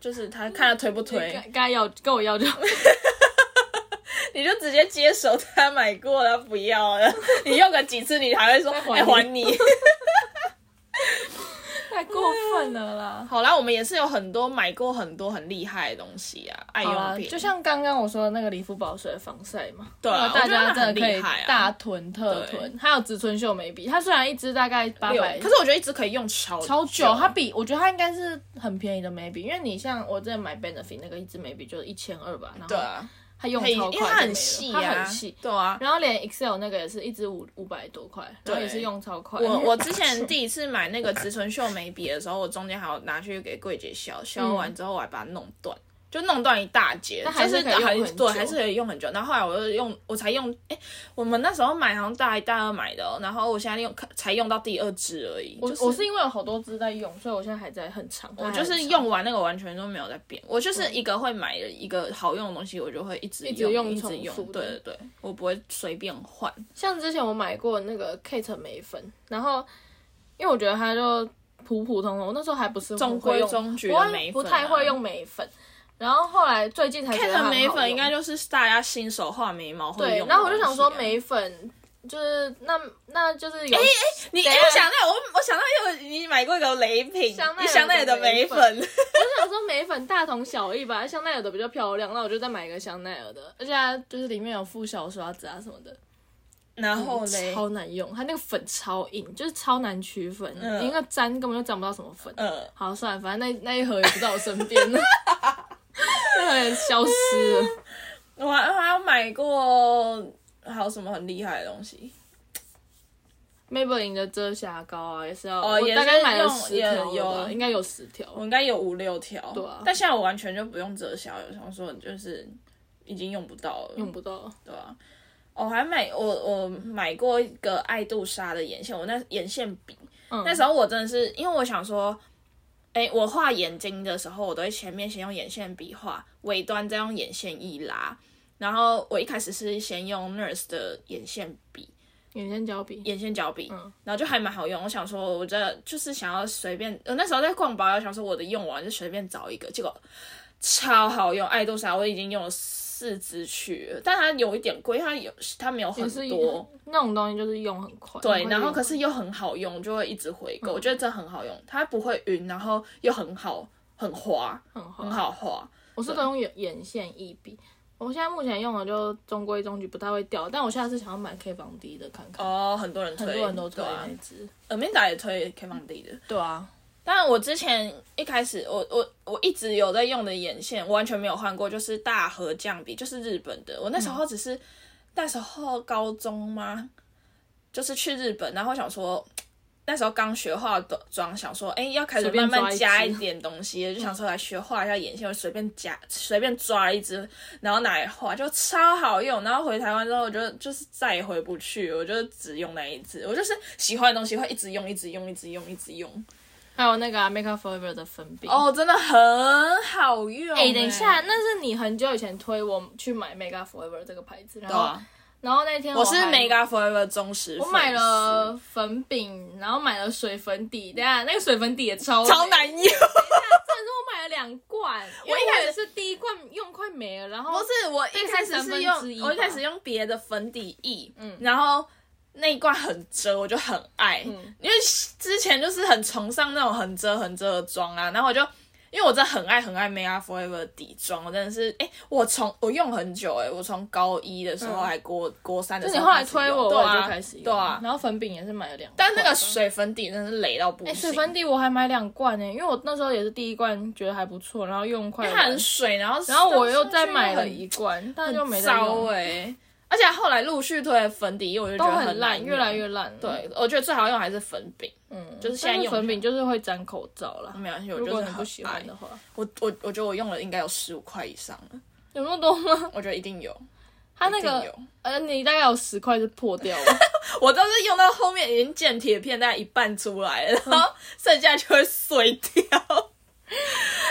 C: 就是他看他推不 推
B: 该，该要跟我要就好。
C: 你就直接接手他买过了不要 了，你用个几次你还会说
B: 再
C: 哎、
B: 还你
C: 还你。
B: 太过分了 啦！
C: 好啦，我们也是有很多买过很多很厉害的东西啊，爱
B: 好啦
C: 用，品，
B: 就像刚刚我说的那个理肤宝水的防晒嘛，
C: 对啊
B: 大家
C: 我觉得它
B: 真
C: 很
B: 的可
C: 厉
B: 以
C: 害啊
B: 大囤特囤，还有植村秀眉笔，它虽然一支大概八
C: 六
B: 百，
C: 可是我觉得一支可以用超
B: 超久，它比我觉得它应该是很便宜的眉笔，因为你像我之前买 Benefit 那个一支眉笔就一千二吧，然
C: 对
B: 后
C: 啊，
B: 它用
C: 可以，
B: 超快就
C: 因为
B: 没了，
C: 它很细啊，
B: 它很细。
C: 对啊。
B: 然后连 Excel 那个也是一支五五百多块，然后
C: 对
B: 也是用超快。
C: 我我 之前第一次买那个植村秀眉笔的时候，我中间还有拿去给柜姐削，削完之后我还把它弄断，就弄断一大截，
B: 但嗯还
C: 就是
B: 可以用
C: 还
B: 很久
C: 对，还是可以用很久。然后后来我就用，我才用，哎、我们那时候买好像大一大二买的哦、然后我现在用才用到第二支而已。
B: 我
C: 就是
B: 我是因为有好多支在用，所以我现在还在很长。
C: 我
B: 我
C: 就是用完那个完全都没有在变，我就是一个会买的一个好用的东西，我就会一直
B: 一直
C: 用
B: 用
C: 一直
B: 重
C: 用，
B: 复
C: 对
B: 的
C: 对对，我不会随便换。
B: 像之前我买过那个 Kate 眉粉，然后因为我觉得它就普普通通，我那时候还不是
C: 中
B: 很会用
C: 规中矩的
B: 不会
C: 眉粉啊
B: 不太会用眉粉。然后后来最近才觉得它很
C: 看
B: 好
C: 眉粉
B: 用
C: 应该就是大家新手画眉毛会
B: 对
C: 用，的
B: 然后我就想说
C: 东西啊
B: 眉粉就是那那就是有
C: 你
B: 怎样
C: 我想到我我想到有你买过一个雷品，
B: 香奈
C: 你
B: 儿
C: 香奈儿的
B: 的
C: 眉
B: 眉
C: 粉
B: 粉，我想说眉粉大同小异吧，香奈儿的比较漂亮，那我就再买一个香奈儿的，而且它就是里面有附小刷子啊什么的，
C: 然后嘞，
B: 嗯超难用，它那个粉超硬，就是超难取粉，
C: 嗯
B: 你那个粘根本就粘不到什么粉。
C: 嗯，
B: 好， 算了，反正那那一盒也不在我身边了，那盒也消失了。
C: 我还我还有买过还有什么很厉害的东西？
B: Maybelline 的遮瑕膏啊，也是要，
C: 哦也
B: 我
C: 是
B: 大概买了
C: 用
B: 十
C: 也
B: 条了吧
C: 有
B: 应该有十条。
C: 我应该有五六条，对
B: 啊
C: 但现在我完全就不用遮瑕油，想说就是已经用不到了，
B: 用不到，
C: 对啊。我还买我我买过一个爱杜莎的眼线，我那眼线笔，那时候我真的是因为我想说，哎、我画眼睛的时候，我都会前面先用眼线笔画，尾端再用眼线一拉。然后我一开始是先用 Nurse 的眼线笔，
B: 眼线胶笔，
C: 眼线胶笔，
B: 嗯
C: 然后就还蛮好用。我想说，我这就是想要随便，我那时候在逛包，我想说我的用完就随便找一个，结果超好用，爱多莎我已经用了四支去了，但它有一点贵，它有它没有很
B: 也是
C: 多，
B: 那种东西就是用很嗯快。
C: 对，然后
B: 用
C: 可是又很好用，就会一直回购，我觉得这很好用，它不会晕，然后又很好，很滑，
B: 很好
C: 很，好滑。
B: 我是都用眼眼线一笔。我现在目前用的就中规中矩，不太会掉。但我下次想要买 K 房 D 的看看，
C: 哦，很多人推，
B: 很多人都推
C: 对啊
B: 那一支。
C: ，Amanda 也推开放 D 的，
B: 对啊，
C: 但我之前一开始，我我我一直有在用的眼线，我完全没有换过，就是大和酱笔，就是日本的。我那时候只是、那时候高中吗？就是去日本，然后想说那时候刚学化妆，想说哎、诶要开始
B: 随便
C: 慢
B: 抓一
C: 慢
B: 支
C: 加一点东西，就想说来学画一下眼线，我随便加随便抓了一支，然后拿来画，就超好用。然后回台湾之后，我就就是再也回不去，我就只用那一支。我就是喜欢的东西会一直用，一直用，一直用，一直用。
B: 还有那个、啊、Make Up Forever 的粉饼。
C: 哦，真的很好用、欸
B: 哎、等一下，那是你很久以前推我去买 Make Up Forever 这个牌子，然
C: 对
B: 后、
C: 啊，
B: 然后那天我
C: 我是
B: 还
C: Mega Forever 忠实，
B: 我买。了粉饼，然后买了水粉底，等一下那个水粉底也超
C: 超
B: 美
C: 难用，
B: 但是我买了两罐，因为
C: 一开
B: 我也是第一罐用快没了，然后
C: 不是我一开始是
B: 三分之一
C: 用，
B: 吧
C: 我一开始用别的粉底液，嗯，然后那一罐很遮，我就很爱，
B: 嗯
C: 因为之前就是很崇尚那种很遮很遮的妆啊，然后我就因为我真的很爱很爱 Mega Forever 底妆，我真的是，哎、我从我用很久、哎，我从高一的时候还国、国三
B: 嗯
C: 的
B: 就
C: 时
B: 你
C: 候
B: 后来
C: 开始用，
B: 推我，
C: 对
B: 我也
C: 啊
B: 就开始用，
C: 对啊，
B: 然后粉饼也是买了两罐，
C: 但那个水粉底真的是雷到不行，
B: 哎水粉底我还买两罐呢、因为我那时候也是第一罐觉得还不错，然后用快
C: 因为它
B: 完
C: 很水，然后
B: 然后我又再买了一罐，但就没再
C: 糟
B: 用，
C: 哎、而且后来陆续推的粉底液，我就
B: 都
C: 觉得
B: 很
C: 烂
B: 烂，
C: 用，
B: 越来越烂。对
C: 对，我觉得最好用还是粉饼，
B: 嗯，
C: 就是现在
B: 但
C: 用
B: 粉饼就是会沾口罩啦。
C: 没关系，我
B: 如
C: 就
B: 果
C: 是
B: 你
C: 很
B: 不喜
C: 爱
B: 欢的话，
C: 我我我觉得我用了应该有十五块以上了，
B: 有那么多吗？
C: 我觉得一定有，
B: 它那
C: 一定
B: 个
C: 有，
B: 呃，你大概有十块就破 掉了，
C: 我都是用到后面已经见铁片大概一半出来了，然后剩下就会碎掉。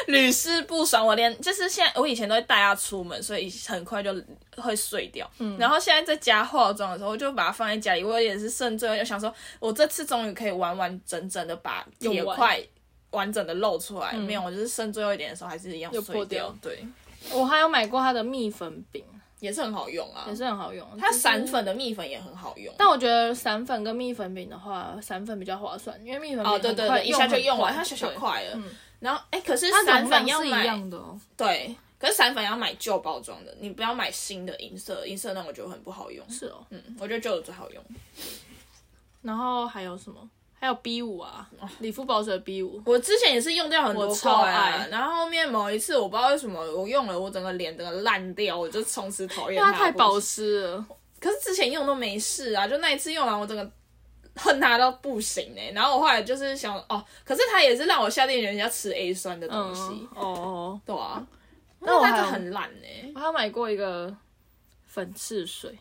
C: 屡试不爽，我连就是现在，我以前都会带它出门，所以很快就会碎掉。
B: 嗯
C: 然后现在在家化妆的时候，我就把它放在家里。我也是慎重，我就想说，我这次终于可以完完整整的把铁
B: 用完嗯
C: 块完整的露出来。没有，我就是剩最后一点的时候，还是一样
B: 又
C: 碎
B: 破
C: 掉
B: 掉。
C: 对，
B: 我还有买过它的蜜粉饼，
C: 也是很好用啊
B: 也。是很好用。
C: 它
B: 就是
C: 散粉的蜜粉也很好用。
B: 但我觉得散粉跟蜜粉饼的话，散粉比较划算，因为蜜粉饼
C: 哦，对对
B: 很快
C: 对，一下就用完，
B: 很
C: 它小小
B: 对嗯
C: 块了。然后，哎，可是
B: 它
C: 散
B: 散
C: 粉
B: 粉
C: 要
B: 是一
C: 买，
B: 样的哦。
C: 对，可是散粉要买旧包装的，你不要买新的银色，银色那我觉得很不好用。
B: 是哦，
C: 嗯，我觉得旧的最好用。
B: 然后还有什么？还有 B 五啊，理肤保水 B 五，
C: 我之前也是用掉很多
B: 我
C: 块
B: 超
C: 啊
B: 爱，
C: 然后后面某一次我不知道为什么我用了，我整个脸整个烂掉，我就从此讨厌
B: 因为它太
C: 到
B: 保
C: 不行。
B: 湿了。
C: 可是之前用都没事啊，就那一次用完我整个。恨它到不行哎、然后我后来就是想哦，可是它也是让我下定决心要吃 A 酸的东
B: 嗯
C: 西，，
B: 哦哦，
C: 对啊，
B: 那我
C: 它
B: 还
C: 就
B: 有
C: 很烂哎、
B: 我还有买过一个粉刺水，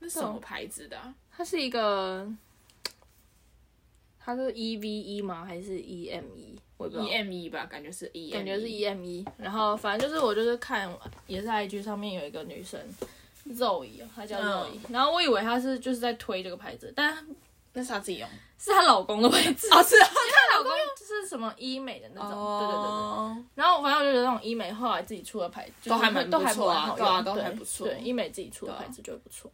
C: 那什么牌子的啊、
B: 它是一个，它是 E V E 吗？还是 E M E？我也不知道
C: E M E 吧，感觉是 E，
B: 感觉是 E M E，然后反正就是我就是看，也是 I G 上面有一个女生 Zoe，哦她叫
C: 嗯
B: Zoe，、然后我以为她是就是在推这个牌子，但
C: 那是他自己用
B: 是她老公的牌子，
C: 哦，是啊，
B: 她老公就是什么医美的那种，
C: 哦
B: 对对对对。然后反正我就觉得那种医美后来自己出的牌子、就是
C: 都还蛮
B: 都还
C: 不错啊
B: 蛮好
C: 对啊
B: 用
C: 都
B: 对
C: 还不错啊
B: 对医美自己出的牌子就会不错，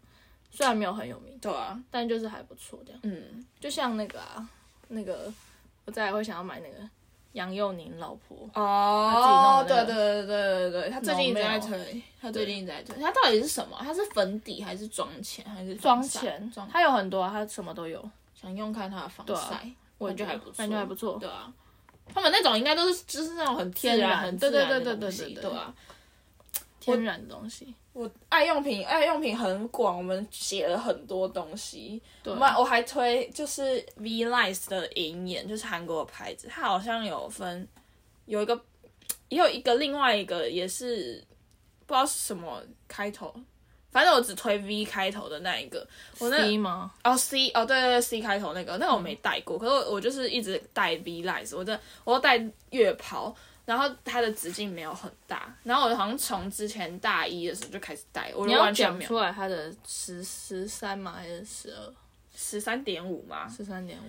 B: 虽然没有很有名，
C: 对啊，
B: 但就是还不错这样。
C: 嗯，
B: 就像那个啊，那个我再来会想要买那个杨佑宁老婆，
C: 哦
B: 他自己
C: 对
B: 弄的那个
C: 对对对对对，他最近一直在
B: No
C: 推，他最近一直在推，他到底是什么？他是粉底还是妆前还是
B: 妆
C: 防晒
B: 前
C: 妆
B: 它有很多、啊，它什么都有。
C: 想用看他的防
B: 对啊
C: 晒，感觉还不错，
B: 感觉还不错
C: 对啊。他们那种应该都是就是那种很天
B: 自然
C: 然、很自然
B: 对对
C: 的
B: 对对
C: 东西
B: 对对对
C: 对啊。
B: 天然的东西。
C: 我爱用品，爱用品很广，我们写了很多东西。
B: 对啊
C: 我，们我还推就是 V Lice 的银眼，就是韩国的牌子，它好像有分有一个，也有一个另外一个也是不知道是什么开头，反正我只推 V 开头的那一个。我那
B: C 吗？
C: 哦 C 哦对对对 C 开头那个那个我没戴
B: 嗯
C: 过，可是我我就是一直戴 V Lice，我真的我都戴月抛，然后它的直径没有很大，然后我好像从之前大一的时候就开始戴，我
B: 你
C: 就
B: 要
C: 完全
B: 讲
C: 没
B: 出
C: 有
B: 来它的十十三吗？还是十二？
C: 十三点五嘛，
B: 十三点五？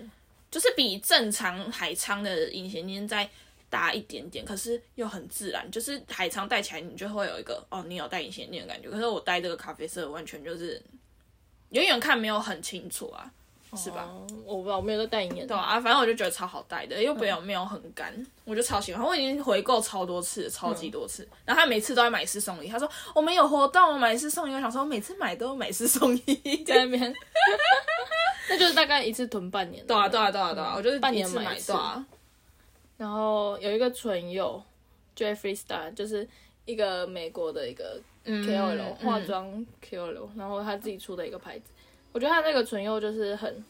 C: 就是比正常海昌的隐形眼镜再大一点点，可是又很自然，就是海昌戴起来你就会有一个哦你有戴隐形眼镜的感觉，可是我戴这个咖啡色完全就是远远看没有很清楚啊，是吧？
B: 哦我不知道，我没有在戴眼镜。
C: 对啊，反正我就觉得超好戴的，又没有没有很干，我就超喜欢。我已经回购超多次，超级多次，然后他每次都要买一次送一。他说哦我们有活动，我买一次送一。我想说，我每次买都有买一次送一。对
B: 在那边， 那就是大概一次囤半年。
C: 啊，对啊，对啊，对啊，我就是
B: 半
C: 一
B: 年
C: 次
B: 买
C: 买
B: 一次
C: 对啊，
B: 然后有一个唇釉，Jeffree Star，就是一个美国的一个
C: 嗯
B: KOL、化妆 KOL，然后他自己出的一个牌子。我觉得他那个唇釉就是很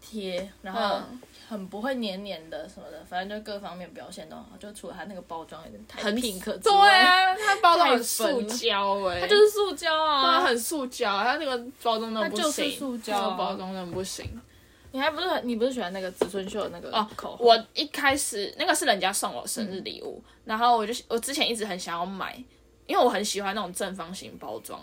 B: 贴，然后
C: 嗯
B: 很不会黏黏的什么的，反正就各方面表现都很好。就除了他那个包装有点太 pink 之
C: 对
B: 外，
C: 啊，它包装
B: 太
C: 很
B: 粉
C: 塑
B: 了
C: 胶哎、
B: 它就是塑胶
C: 它
B: 啊。
C: 很塑胶，它那个包装真的
B: 它
C: 不
B: 就是
C: 行，
B: 塑胶
C: 这
B: 啊
C: 个包装真的不行。
B: 你还不是很，你不是喜欢那个植村秀的那个
C: 哦
B: 口红？
C: 我一开始那个是人家送我生日礼物，
B: 嗯
C: 然后我就我之前一直很想要买，因为我很喜欢那种正方形包装，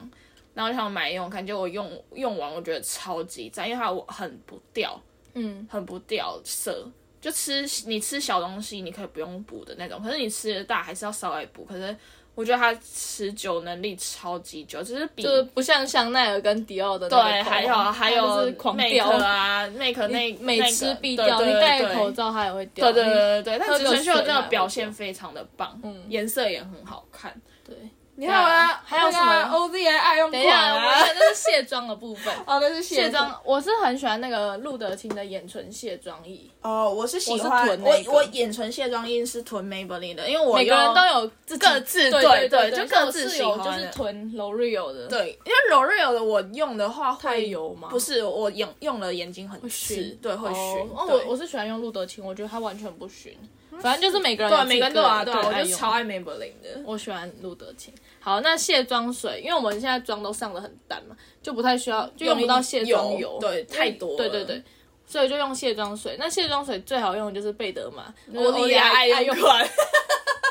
C: 然后我想买用看，结果我用用完我觉得超级赞，因为它我很不掉，
B: 嗯，
C: 很不掉色。就吃你吃小东西，你可以不用补的那种，可是你吃的大还是要稍微补。可是我觉得它持久能力超级久，就是比
B: 就是不像香奈儿跟迪奥的那个
C: 对，
B: 口红
C: 还有还
B: 它就
C: 有
B: 是狂
C: make
B: 掉
C: 啊，make 那
B: 每
C: 那
B: 吃
C: 个
B: 必
C: 对
B: 掉，
C: 对
B: 你
C: 对
B: 戴
C: 对
B: 口罩它也会掉。
C: 对对对对对，但
B: 喝
C: 植
B: 个
C: 村秀
B: 水
C: 真的
B: 来
C: 表
B: 我
C: 现
B: 就
C: 非常的棒，
B: 嗯
C: 颜色也很好看。
B: 对
C: 你
B: 还有啊还有什么
C: ？OZ 还爱用
B: 等
C: 管
B: 一下，哎我
C: 啊？
B: 们这是卸妆的部 分。
C: 哦，那是
B: 卸妆，我是很喜欢那个路德清的眼唇卸妆液，
C: 哦，我是喜
B: 是
C: 欢
B: 囤
C: 我
B: 那个
C: 我眼唇卸妆液是囤 Maybelline 的，因为我
B: 每个人
C: 用
B: 都有自己
C: 哦各自
B: 对
C: 对
B: 对，
C: 对就
B: 像
C: 各自
B: 我室
C: 喜
B: 友
C: 欢
B: 就是
C: 的
B: 囤 L'Oreal 的，，
C: 对，因为 L'Oreal 的我用的话
B: 太
C: 会
B: 油吗？
C: 不是我用用了眼睛很
B: 熏
C: 刺，，对，会熏。
B: 哦，哦
C: 对
B: 我我是喜欢用路德清，我觉得它完全不熏，反正就是每个人
C: 对
B: 有自己
C: 每个人都有啊，
B: 个
C: 对
B: 人
C: 啊，
B: 个
C: 我
B: 人
C: 就
B: 用
C: 超爱 Maybelline 的。
B: 我喜欢路德清。好，那卸妆水，因为我们现在妆都上的很淡嘛，就不太需要，就用不到卸妆油，嗯
C: 嗯对，太多了。
B: 对对对，所以就用卸妆水。那卸妆水最好用的就是贝德玛，
C: 我
B: 欧丽
C: 也
B: 娅
C: 爱
B: 哦爱
C: 用
B: 用，
C: 款。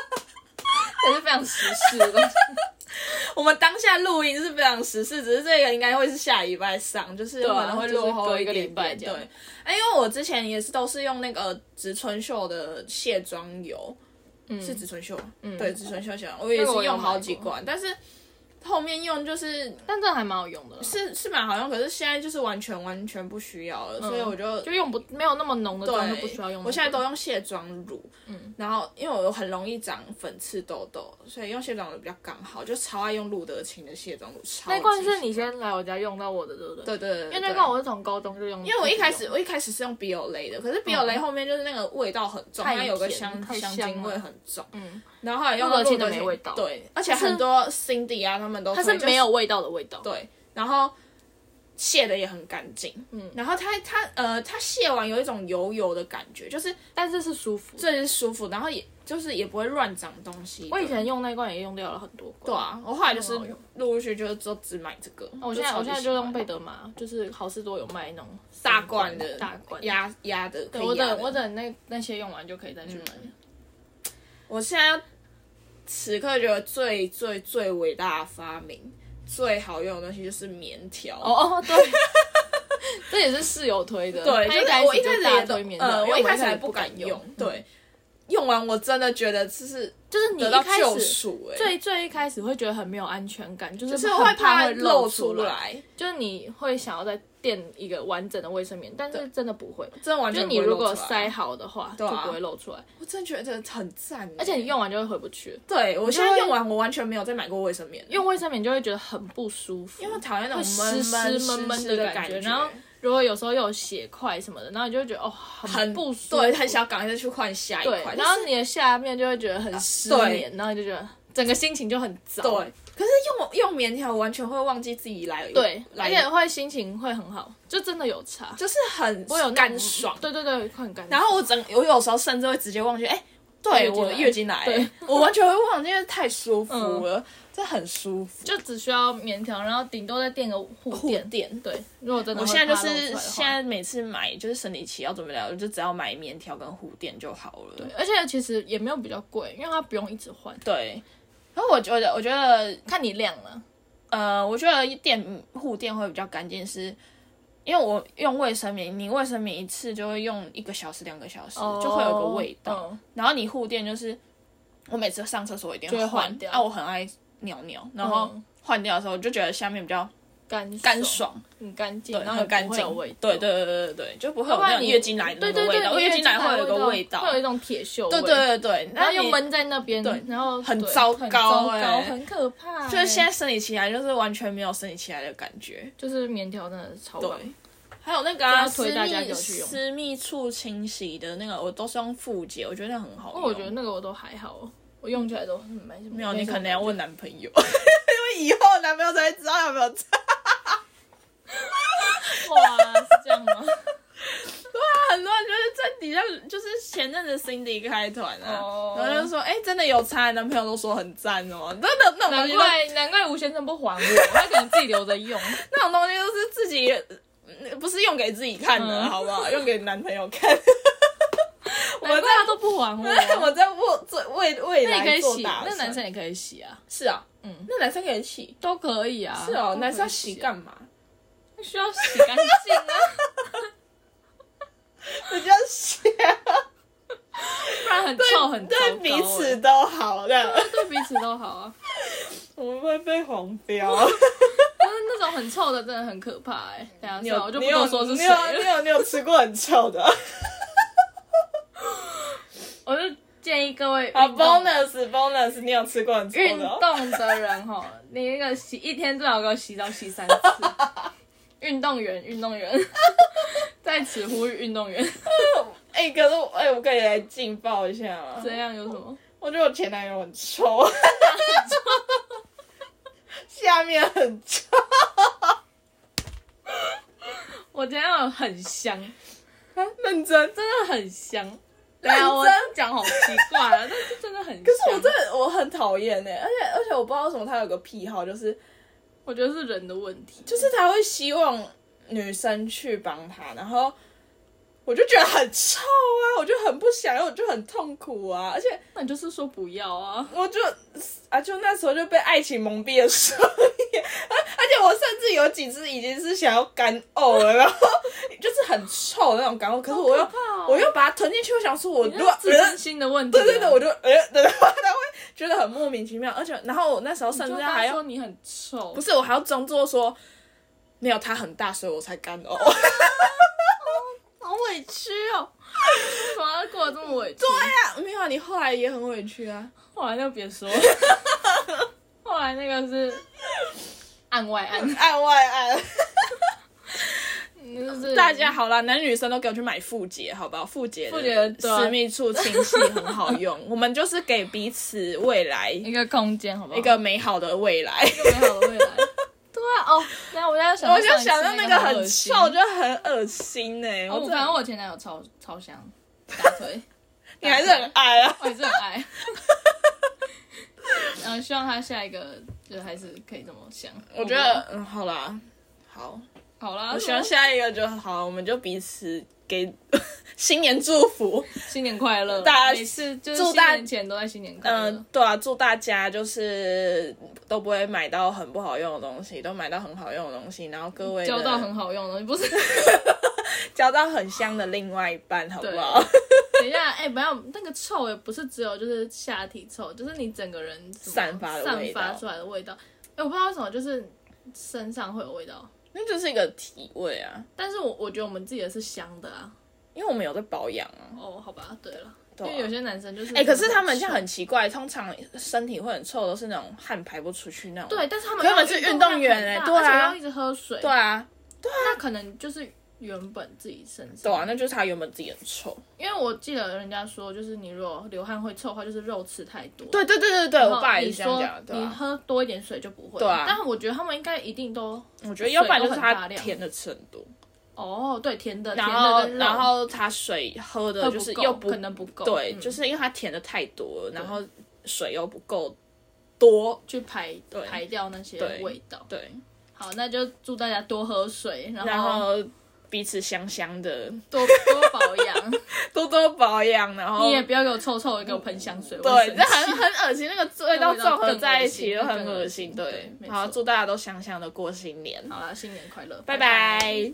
B: 也是非常时事的东西。
C: 我们当下录音是非常时事，只是这个应该会是下礼拜上，就是
B: 啊
C: 可能会落后
B: 就是隔一个
C: 点
B: 礼拜
C: 点
B: 这样
C: 对，哎，因为我之前也是都是用那个植村秀的卸妆油，是植村秀吗，对，植村秀卸妆，我
B: 嗯那
C: 也是
B: 个我有
C: 用好几
B: 买过
C: 罐，但是后面用就是
B: 但这还蛮好用的啦，
C: 是是蛮好用，可是现在就是完全完全不需要了，所以我就
B: 嗯就用不没有那么浓的妆就
C: 对，
B: 不需要用那个。
C: 我现在都用卸妆乳，嗯，然后因为我很容易长粉刺痘痘，所以用卸妆乳比较刚好，就超爱用露得清的卸妆乳，超
B: 那罐
C: 级
B: 是你先来我家用到我的，对不对？
C: 对对对，
B: 因为那罐我是从高中就用，
C: 因为我一开始我一开始是用比友雷的，可是比友雷后面就是那个味道很
B: 嗯
C: 重，
B: 太
C: 它有个
B: 甜
C: 香
B: 太
C: 香
B: 香
C: 精
B: 了
C: 味很重，
B: 嗯，
C: 然后后来用到
B: 鹿得清
C: 鹿
B: 的
C: 得
B: 没
C: 清
B: 味道
C: 对，而且很多 Cindy 啊他们都
B: 它
C: 推
B: 是
C: 就是
B: 没有味道的味道，
C: 对，然后卸的也很干净，嗯，然后它它呃它卸完有一种油油的感觉，就是
B: 但是是舒服的。
C: 这是舒服，然后也就是也不会乱长东西的。
B: 我以前用那罐也用掉了很多罐。
C: 对啊，我后来就是
B: 很好用哦
C: 陆陆续续就是都只买这个。
B: 我现在我现在就用贝
C: 德
B: 德玛，就是好事多有卖那种
C: 大罐的
B: 大罐。
C: 压压的，可
B: 对
C: 以
B: 我
C: 压的嗯
B: 等我等那那些用完就可以再去买。
C: 我现在此刻觉得最最最伟大的发明。最好用的东西就是棉条哦，
B: 哦，对， 这也是室友推的。
C: 对，
B: 他
C: 就是
B: 开
C: 我
B: 始
C: 一
B: 就
C: 开始
B: 大
C: 也都
B: 推棉条
C: 呃，
B: 因为
C: 我一开始
B: 还
C: 还不敢
B: 用嗯
C: 用，，对，用完我真的觉得就是
B: 就是你
C: 得
B: 一
C: 到
B: 开
C: 救
B: 始
C: 赎哎，
B: 最最一开始会觉得很没有安全感，就是
C: 就是
B: 很
C: 会
B: 怕
C: 怕
B: 露
C: 露出
B: 来，
C: 来，
B: 就是你会想要再垫一个完整的卫生棉，但是真的不会。
C: 真的完
B: 就是
C: 全
B: 你
C: 不会
B: 如
C: 露
B: 果
C: 出来
B: 塞，好的话，就
C: 啊
B: 不会露出来，
C: 我真的觉得很赞欸，
B: 而且你用完就会回不去了。
C: 对我现
B: 就
C: 在
B: 会
C: 用完，我完全没有再买过卫生棉，
B: 用卫生棉就会觉得很不舒服，
C: 因为讨厌那
B: 会
C: 种
B: 湿
C: 闷
B: 湿
C: 闷
B: 闷闷
C: 的
B: 的
C: 觉，
B: 觉。然后如果有时候又有血块什么的，然后你就会觉得哦，
C: 很
B: 很不舒服，
C: 对，很想赶快再去换下一
B: 对
C: 款。，
B: 然后你的下面就会觉得很失
C: 对
B: 眠，然后你就觉得整个心情就很糟。
C: 对，可是用用棉条完全会忘记自己来，
B: 对，而
C: 来
B: 且会心情会很好，就真的有差，
C: 就是很
B: 我有那种
C: 干爽。
B: 对对对，会很干爽。
C: 然后我整我有时候甚至会直接忘记，哎、对
B: 月经
C: 我
B: 来
C: 月经来
B: 对，嗯
C: 我完全会忘记，因为太舒服了，这很舒服。
B: 就只需要棉条，然后顶多再垫个护垫。
C: 垫
B: 对，如果真的
C: 我
B: 会
C: 现在就
B: 怕漏出来
C: 是
B: 的话
C: 现在每次买就是生理期要怎么了，我就只要买棉条跟护垫就好了。
B: 而且其实也没有比较贵，因为它不用一直换，
C: 对，然后我觉得我觉得
B: 看你量了。
C: 呃，我觉得电护垫会比较干净，是因为我用卫生棉，你卫生棉一次就会用一个小时、两个小时，就会有个味道。
B: 嗯
C: 然后你护垫就是，我每次上厕所一定
B: 就
C: 会
B: 会换
C: 换
B: 掉
C: 啊，我很爱尿尿，然后
B: 嗯
C: 换掉的时候我就觉得下面比较
B: 干
C: 干，爽，
B: 很干净，
C: 对，
B: 然后也
C: 很干
B: 不
C: 净
B: 会有味道，
C: 对对对对对对，就不会有
B: 不然
C: 那种
B: 你
C: 月经来的那
B: 对
C: 个
B: 对
C: 味
B: 对，
C: 道，
B: 你
C: 月经来会有一个味道，
B: 会有一种铁锈味，
C: 对对对对，
B: 然
C: 那
B: 后又
C: 你
B: 闷在那边，
C: 对
B: 然后
C: 很
B: 对
C: 糟
B: 很
C: 糕
B: 糟糕，
C: 欸
B: 很可怕欸。
C: 就是现在生理期来就是完全没有生理期来的感觉，
B: 就是棉条真的是超棒
C: 对， 还有那个、啊、
B: 这要推
C: 私
B: 大家
C: 密
B: 有去用
C: 私密处清洗的那个，我都是用复洁，哦我觉得那很好
B: 不
C: 用。
B: 过我觉得那个我都还好，我用起来都很没什么。
C: 没有，你
B: 什么
C: 可能要
B: 感觉
C: 问男朋友，因 为以后男朋友才会知道有没有差。
B: 哇，是这样 吗？
C: 很多人就是在底下，就是前阵子 Cindy 开团啊
B: 哦
C: 然后就说，哎、真的有差，男朋友都说很赞哦，真的那种东
B: 难
C: 西都，
B: 怪难怪吴先生不还 我，他可能自己留着用。
C: 那种东西都是自己，嗯不是用给自己看的，
B: 嗯
C: 好不好？用给男朋友看。
B: 难怪他都不还我。
C: 我在为做为未
B: 啊那
C: 来
B: 你可以
C: 做
B: 洗，
C: 打
B: 那
C: 算
B: 男生也可以洗啊，
C: 是啊，
B: 嗯
C: 那男生可以洗。
B: 都可以啊。
C: 是哦，
B: 都可以
C: 男生要洗 干嘛？
B: 啊需要洗干净啊，
C: 比较洗，
B: 不然很臭很糟糕欸
C: 对彼此都好 的，
B: 对彼此都好啊。
C: 我们会被黄标。
B: 但是那种很臭的真的很可怕哎。等一下算了，我就不
C: 你有
B: 多说是
C: 你
B: 谁
C: 有
B: 了
C: 你。有你有吃过很 臭的？
B: 我就建议各位
C: 啊
B: 运动
C: ，bonus bonus，你有吃过很臭
B: 运
C: 的？
B: 动的人哈，你那个洗一天最好给我洗澡洗三次。 运动员，运动员，在此呼吁运 动员，
C: 哎，可是我哎，我可以来劲爆一下吗？
B: 这样有什么？
C: 我觉得我前男友很臭， 下面很臭，
B: 我今天要很香，
C: 认真。
B: 真的很香。对啊，我讲好奇怪啊， 但是真的很香。可
C: 可是我真的我很讨厌哎，而且而且我不知道为什么他有个癖好，就是
B: 我觉得是人的问题，就
C: 就是他会希望女生去帮他，然后我就觉得很臭啊，我就很不想，我就很痛苦啊，而且
B: 那你就是说不要啊。
C: 我就啊，就那时候就被爱情蒙蔽了双眼， 而而且我甚至有几次已经是想要干呕了，然后就是很臭的那种干呕，可是我又、我又把它吞进去，我想说我如
B: 那
C: 果
B: 哦是自尊心的问题啊、
C: 对 对对，我就呃，然后他会觉得很莫名其妙，而且然后我那时候甚
B: 你
C: 至
B: 就
C: 还
B: 他
C: 要
B: 说你很臭，
C: 不是，我还要装作说没有他很大，所以我才干 呕。
B: 好委屈哦，为什么要过得这么委屈？
C: 没有啊，你后来也很委屈啊。
B: 后来就别 说了，后来那个是案外案，
C: 按外按，
B: 就是
C: 大家好啦，男女生都给我去买复洁，好不好？复洁的
B: 复洁的对啊
C: 私密处清洗很好 用，我们就是给彼此未来
B: 一个空间，好不好？
C: 一个美好的未来。
B: 一个美好的未 来。对啊，哦，然后我在想，
C: 我就想到
B: 那
C: 那个
B: 很
C: 很
B: 恶心哦
C: 臭，，就很恶心呢、欸
B: 我
C: 我真
B: 反正
C: 的，
B: 我前男友超超香，大腿，
C: 你还是很爱啊。
B: 我也是很爱。然后希望他下一个就还是可以这么香。
C: 我觉得，
B: 哦
C: 嗯，好啦，好，
B: 好啦，
C: 我希望下一个就好，我们就彼此给 新年祝福。
B: 新年快乐，
C: 大家
B: 每次就是
C: 祝
B: 新
C: 大
B: 年前都在新年快乐。
C: 嗯、对啊，祝大家就是都不会买到很不好用的东西，都买到很好用的东西，然后各位的
B: 交到很好用的东西，不是？
C: 交到很香的另外一半，好不
B: 对
C: 好？
B: 等一下，哎、不要那个臭也不是只有就是下体臭，就是你整个人怎么
C: 散发的味
B: 散
C: 道
B: 发出来的味道。哎、我不知道为什么，就是身上会有味道，
C: 那就是一个体味啊，
B: 但是我我觉得我们自己的是香的啊。
C: 因为我们有在保养啊。
B: 哦，好吧，对了，
C: 对啊
B: 因为有些男生就是
C: 哎、可是他们这
B: 像
C: 样很奇怪，通常身体会很臭，都是那种汗排不出去那种。
B: 对，但是他们
C: 可他们是运动员
B: 哎、
C: 欸对啊
B: 而且要一直喝水，
C: 对啊，
B: 那可能就是原本自己身上。
C: 对啊，那就是他原本自己很臭。
B: 因为我记得人家说，就是你如果流汗会臭的话，就是肉吃太多。
C: 对对对对对，
B: 然后
C: 我爸也
B: 你
C: 是这样
B: 说
C: 讲的，对
B: 你
C: 啊。
B: 喝多一点水就不会。
C: 对啊
B: 但是我觉得他们应该一定都
C: 我觉得要不然就是
B: 水都
C: 他
B: 很大量
C: 甜的吃很多，
B: 哦，对甜的，
C: 然
B: 甜的
C: 后
B: 跟肉
C: 然后他水喝的
B: 会
C: 就是
B: 够
C: 又不
B: 可能不够，
C: 对，
B: 嗯
C: 就是因为它甜的太多了，然后水又不够多，
B: 去排
C: 对
B: 排掉那些
C: 对
B: 味道。
C: 对，
B: 好，那就祝大家多喝水，然后
C: 然后彼此香香的，
B: 多多保养。
C: 多多保养，然后
B: 你也不要给我臭臭的给我喷香水，我会
C: 对，
B: 生
C: 这
B: 气
C: 很很恶心，那 个味道
B: 那味道
C: 综合
B: 更
C: 在
B: 恶
C: 一
B: 心
C: 起就很
B: 更恶
C: 恶
B: 心
C: 心，对
B: 对没，错
C: 好，祝大家都香香的过新年，
B: 好啦，新年快乐，
C: 拜拜